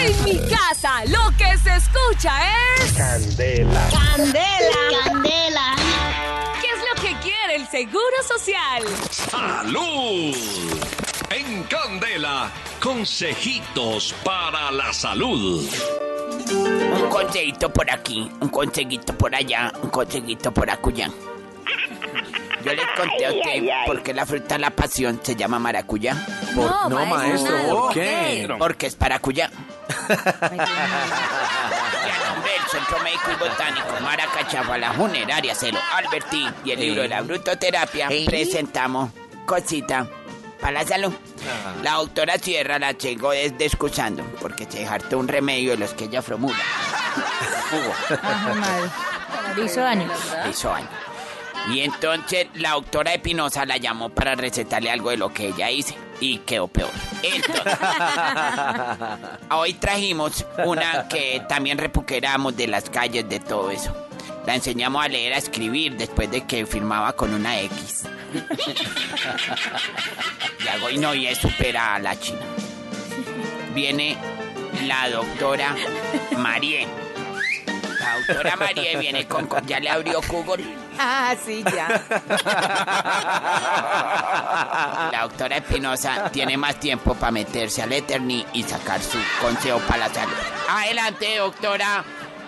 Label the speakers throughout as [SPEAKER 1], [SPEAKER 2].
[SPEAKER 1] En mi casa, lo que se escucha es.
[SPEAKER 2] Candela.
[SPEAKER 3] Candela. Candela.
[SPEAKER 1] ¿Qué es lo que quiere el Seguro Social?
[SPEAKER 4] ¡Salud! En Candela, consejitos para la salud.
[SPEAKER 5] Un consejito por aquí, un consejito por allá, un consejito por acullá. Yo les conté a usted por qué la fruta de la pasión se llama maracuyá.
[SPEAKER 1] Por-
[SPEAKER 6] No, maestro,
[SPEAKER 1] nada,
[SPEAKER 6] ¿por
[SPEAKER 1] ¿por
[SPEAKER 6] qué?
[SPEAKER 5] Porque es paracuyá. Ya nombré el Centro Médico y Botánico, Maracachapa, la funeraria Cero, Alberti y el libro de la brutoterapia presentamos Cosita para la salud. La doctora Sierra la llegó desde excusando porque se dejarte un remedio de los que ella formula. Hugo,
[SPEAKER 3] Ajá, madre. Le hizo daño.
[SPEAKER 5] hizo año. Y entonces la doctora Espinosa la llamó para recetarle algo de lo que ella hizo y quedó peor. Entonces, hoy trajimos una que también repuqueramos de las calles de todo eso. La enseñamos a leer, a escribir después de que firmaba con una X. Yago y no y supera a la China. Viene la doctora Marie. La doctora Marie viene con, con- ya le abrió Google.
[SPEAKER 3] Ah, sí, ya.
[SPEAKER 5] La doctora Espinosa tiene más tiempo para meterse al Eterni y sacar su consejo para la salud. Adelante, doctora.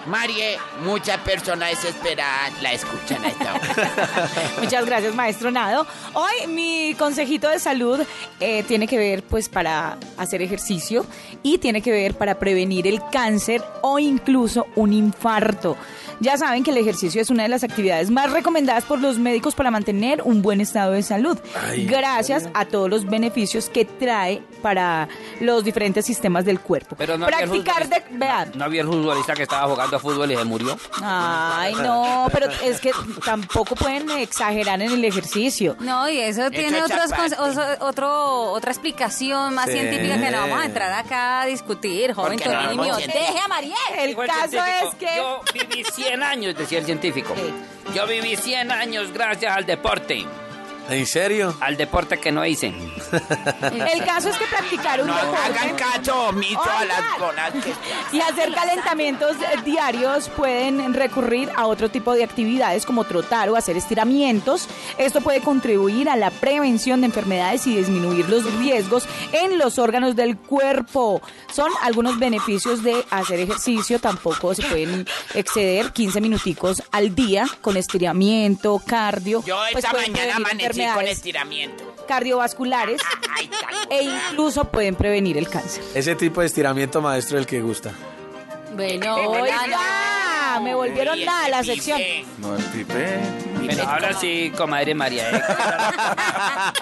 [SPEAKER 5] Marie, muchas personas desesperadas la escuchan a esta hora.
[SPEAKER 3] Muchas gracias, maestro Nado. Hoy mi consejito de salud eh, tiene que ver pues para hacer ejercicio y tiene que ver para prevenir el cáncer o incluso un infarto. Ya saben que el ejercicio es una de las actividades más recomendadas por los médicos para mantener un buen estado de salud. gracias a todos los beneficios que trae para los diferentes sistemas del cuerpo.
[SPEAKER 7] Pero no había el
[SPEAKER 3] Practicar de...
[SPEAKER 7] futbolista-
[SPEAKER 3] Vean.
[SPEAKER 7] No había el futbolista que estaba jugando a fútbol y se murió.
[SPEAKER 3] Ay, no, pero es que tampoco pueden exagerar en el ejercicio.
[SPEAKER 6] No, y eso tiene
[SPEAKER 5] hecha
[SPEAKER 6] otros
[SPEAKER 5] parte.
[SPEAKER 6] conse- oso- otro, otra explicación más científica que no vamos a entrar acá a discutir, joven
[SPEAKER 5] Porque no
[SPEAKER 6] Tonini
[SPEAKER 5] vamos a
[SPEAKER 6] Miote.
[SPEAKER 5] entender.
[SPEAKER 6] Deje a Mariel.
[SPEAKER 3] El
[SPEAKER 7] Dijo
[SPEAKER 3] caso
[SPEAKER 7] científico,
[SPEAKER 3] es que...
[SPEAKER 7] Yo viví 100 años, decía el científico.
[SPEAKER 3] Sí.
[SPEAKER 7] Yo viví 100 años gracias al deporte.
[SPEAKER 6] ¿En
[SPEAKER 7] serio? Al deporte que no hice.
[SPEAKER 3] El caso es que practicar un
[SPEAKER 5] No hagan
[SPEAKER 3] deporte
[SPEAKER 5] caso omiso a las
[SPEAKER 3] Oigan.
[SPEAKER 5] bonas que...
[SPEAKER 3] y hacer calentamientos eh, diarios pueden recurrir a otro tipo de actividades como trotar o hacer estiramientos. Esto puede contribuir a la prevención de enfermedades y disminuir los riesgos en los órganos del cuerpo. Son algunos beneficios de hacer ejercicio. Tampoco se pueden exceder 15 minuticos al día con estiramiento, cardio.
[SPEAKER 5] Yo
[SPEAKER 3] Pues
[SPEAKER 5] esta
[SPEAKER 3] pueden
[SPEAKER 5] mañana
[SPEAKER 3] prevenir
[SPEAKER 5] amanecí con
[SPEAKER 3] enfermedades
[SPEAKER 5] estiramiento.
[SPEAKER 3] cardiovasculares
[SPEAKER 5] Ay, tan-
[SPEAKER 3] e incluso pueden prevenir el cáncer.
[SPEAKER 8] Ese tipo de estiramiento maestro el que gusta.
[SPEAKER 6] Bueno,
[SPEAKER 3] Oiga,
[SPEAKER 6] hola.
[SPEAKER 3] me volvieron
[SPEAKER 5] Uy,
[SPEAKER 3] nada la
[SPEAKER 5] este
[SPEAKER 3] sección.
[SPEAKER 5] pibe.
[SPEAKER 8] No, el pipe.
[SPEAKER 7] Bueno, ahora sí, comadre María. ¿eh?
[SPEAKER 6] Ahora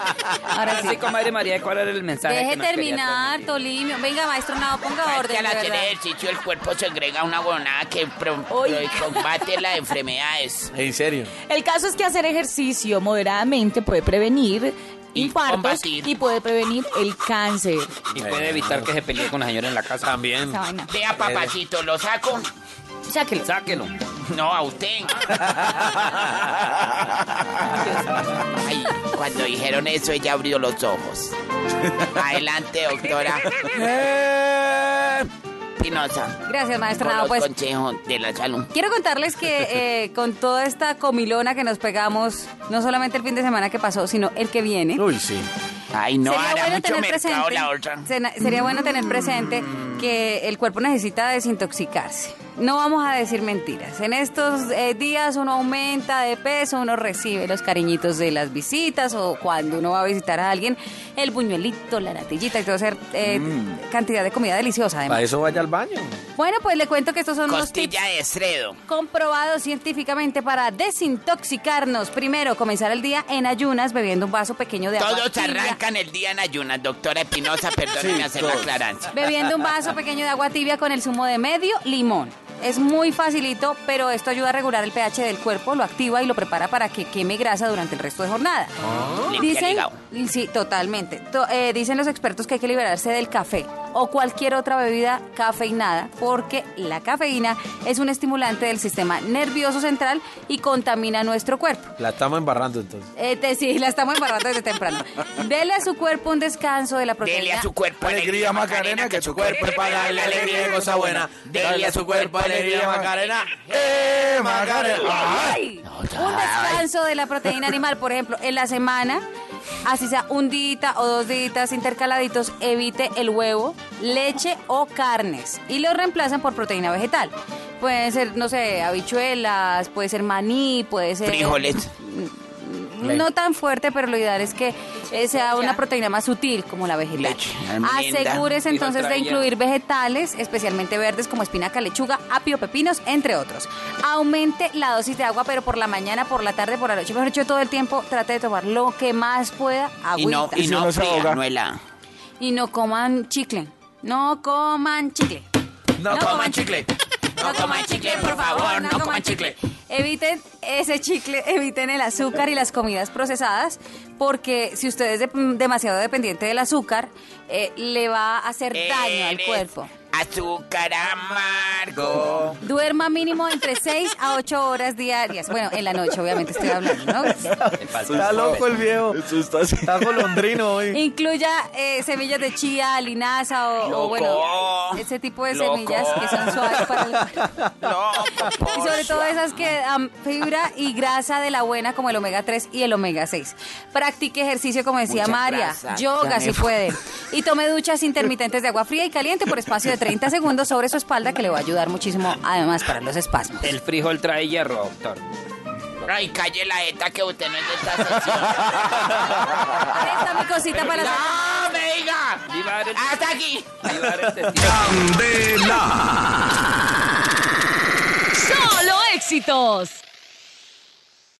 [SPEAKER 7] Ahora sí,
[SPEAKER 6] sí.
[SPEAKER 7] comadre María, ¿cuál era el mensaje? que
[SPEAKER 6] Deje
[SPEAKER 7] nos quería
[SPEAKER 6] terminar, Tolimio. Venga, maestro Nado, ponga
[SPEAKER 5] Porque
[SPEAKER 6] orden.
[SPEAKER 5] al
[SPEAKER 6] de
[SPEAKER 5] hacer
[SPEAKER 6] verdad.
[SPEAKER 5] ejercicio el cuerpo segrega una gonada que pro-
[SPEAKER 3] Oiga.
[SPEAKER 5] combate las enfermedades.
[SPEAKER 8] En serio.
[SPEAKER 3] El caso es que hacer ejercicio moderadamente puede prevenir
[SPEAKER 5] Y
[SPEAKER 3] infartos
[SPEAKER 5] combatir.
[SPEAKER 3] y puede prevenir el cáncer.
[SPEAKER 7] transmitir? Y puede evitar que se pelee con la señora en la casa.
[SPEAKER 8] También.
[SPEAKER 3] Esa vaina.
[SPEAKER 5] Vea, papacito, lo saco.
[SPEAKER 3] Sáquelo.
[SPEAKER 7] Sáquelo.
[SPEAKER 5] No, a usted. Ay, cuando dijeron eso, ella abrió los ojos. Adelante, doctora.
[SPEAKER 8] Eh.
[SPEAKER 5] Pinoza.
[SPEAKER 6] Gracias, maestro
[SPEAKER 5] Por los
[SPEAKER 6] Nado. Pues
[SPEAKER 5] consejos de la salud.
[SPEAKER 6] Quiero contarles que eh, con toda esta comilona que nos pegamos, no solamente el fin de semana que pasó, sino el que viene.
[SPEAKER 8] Uy, sí.
[SPEAKER 5] Ay, no,
[SPEAKER 6] sería
[SPEAKER 5] hará
[SPEAKER 6] bueno
[SPEAKER 5] mucho
[SPEAKER 6] tener
[SPEAKER 5] mercado
[SPEAKER 6] presente,
[SPEAKER 5] la otra. Mm.
[SPEAKER 6] sena- sería bueno tener presente que el cuerpo necesita desintoxicarse. No vamos a decir mentiras. En estos eh, días uno aumenta de peso, uno recibe los cariñitos de las visitas o cuando uno va a visitar a alguien, el buñuelito, la natillita y todo ser eh,
[SPEAKER 5] Mm.
[SPEAKER 6] cantidad de comida deliciosa
[SPEAKER 8] Para
[SPEAKER 6] además.
[SPEAKER 8] eso vaya al baño.
[SPEAKER 6] Bueno, pues le cuento que estos son los tips
[SPEAKER 5] Costilla de Sredo.
[SPEAKER 6] comprobado científicamente para desintoxicarnos. Primero, comenzar el día en ayunas bebiendo un vaso pequeño de agua
[SPEAKER 5] Todos
[SPEAKER 6] tibia.
[SPEAKER 5] arrancan el día en ayunas, doctora Espinosa, perdóneme hacer la aclarancia.
[SPEAKER 6] Bebiendo un vaso pequeño de agua tibia con el zumo de medio limón. Es muy facilito, pero esto ayuda a regular el pH del cuerpo, lo activa y lo prepara para que queme grasa durante el resto de jornada.
[SPEAKER 5] Limpia el
[SPEAKER 6] Dicen,
[SPEAKER 5] Oh, hígado.
[SPEAKER 6] sí, totalmente. To- eh, dicen los expertos que hay que liberarse del café. o cualquier otra bebida cafeinada, porque la cafeína es un estimulante del sistema nervioso central y contamina nuestro cuerpo.
[SPEAKER 8] La estamos embarrando entonces.
[SPEAKER 6] Eh, te- sí, la estamos embarrando desde temprano. Dele a su cuerpo un descanso de la proteína.
[SPEAKER 5] Dele a su cuerpo
[SPEAKER 8] Alegría Macarena, que tu cuerpo es para darle alegría y cosa buena. Dale a su cuerpo alegría Macarena. ¡Eh, Macarena!
[SPEAKER 6] ¡Ay! Un descanso de la proteína animal, por ejemplo, en la semana, así sea un dita o dos ditas intercaladitos, evite el huevo, leche o carnes y lo reemplazan por proteína vegetal. Pueden ser, no sé, habichuelas, puede ser maní, puede ser...
[SPEAKER 5] Frijoles.
[SPEAKER 6] No tan fuerte, pero lo ideal es que eh, sea una proteína más sutil como la vegetal.
[SPEAKER 5] Leche, almendra,
[SPEAKER 6] Asegúrese
[SPEAKER 7] frijol
[SPEAKER 6] entonces de
[SPEAKER 7] trabillero.
[SPEAKER 6] incluir vegetales, especialmente verdes como espinaca, lechuga, apio, pepinos, entre otros. Aumente la dosis de agua, pero por la mañana, por la tarde, por la noche, mejor dicho, todo el tiempo, trate de tomar lo que más pueda agüita.
[SPEAKER 5] Y no, y
[SPEAKER 6] Y
[SPEAKER 5] no
[SPEAKER 2] uno se
[SPEAKER 5] fría,
[SPEAKER 2] ahoga.
[SPEAKER 5] no helada.
[SPEAKER 6] no, coman chicle. No coman chicle.
[SPEAKER 8] No coman chicle.
[SPEAKER 5] No coman chicle, por favor, no coman chicle.
[SPEAKER 6] Eviten ese chicle, eviten el azúcar y las comidas procesadas, porque si usted es de- mm, demasiado dependiente del azúcar, eh, le va a hacer
[SPEAKER 5] Eh,
[SPEAKER 6] daño al
[SPEAKER 5] Eres
[SPEAKER 6] cuerpo.
[SPEAKER 5] Azúcar amargo.
[SPEAKER 6] Duerma mínimo entre 6 a 8 horas diarias. Bueno, en la noche, obviamente, estoy hablando, ¿no?
[SPEAKER 8] Está loco el viejo. Está golondrino hoy.
[SPEAKER 6] Incluya eh, semillas de chía, linaza o, o,
[SPEAKER 5] Loco.
[SPEAKER 6] bueno, ese tipo de
[SPEAKER 7] Loco.
[SPEAKER 6] semillas que son suaves para el
[SPEAKER 5] No,
[SPEAKER 6] Y sobre todo esas que dan fibra y grasa de la buena, como el omega 3 y el omega 6. Practique ejercicio, como decía
[SPEAKER 5] Mucha
[SPEAKER 6] María,
[SPEAKER 5] grasa, ya
[SPEAKER 6] yoga si
[SPEAKER 5] me-
[SPEAKER 6] puede. Y tome duchas intermitentes de agua fría y caliente por espacio de 30 segundos sobre su espalda, que le va a ayudar muchísimo, además, para los espasmos.
[SPEAKER 7] El frijol trae hierro, doctor.
[SPEAKER 5] Ay, calle la ETA que usted no es de esta sección.
[SPEAKER 6] Ahí está mi cosita para la...
[SPEAKER 5] ¡No me diga!
[SPEAKER 7] Vivar el-
[SPEAKER 5] ¡Hasta aquí!
[SPEAKER 6] Ah.
[SPEAKER 7] vivar el testigo.
[SPEAKER 4] Candela.
[SPEAKER 1] Solo éxitos.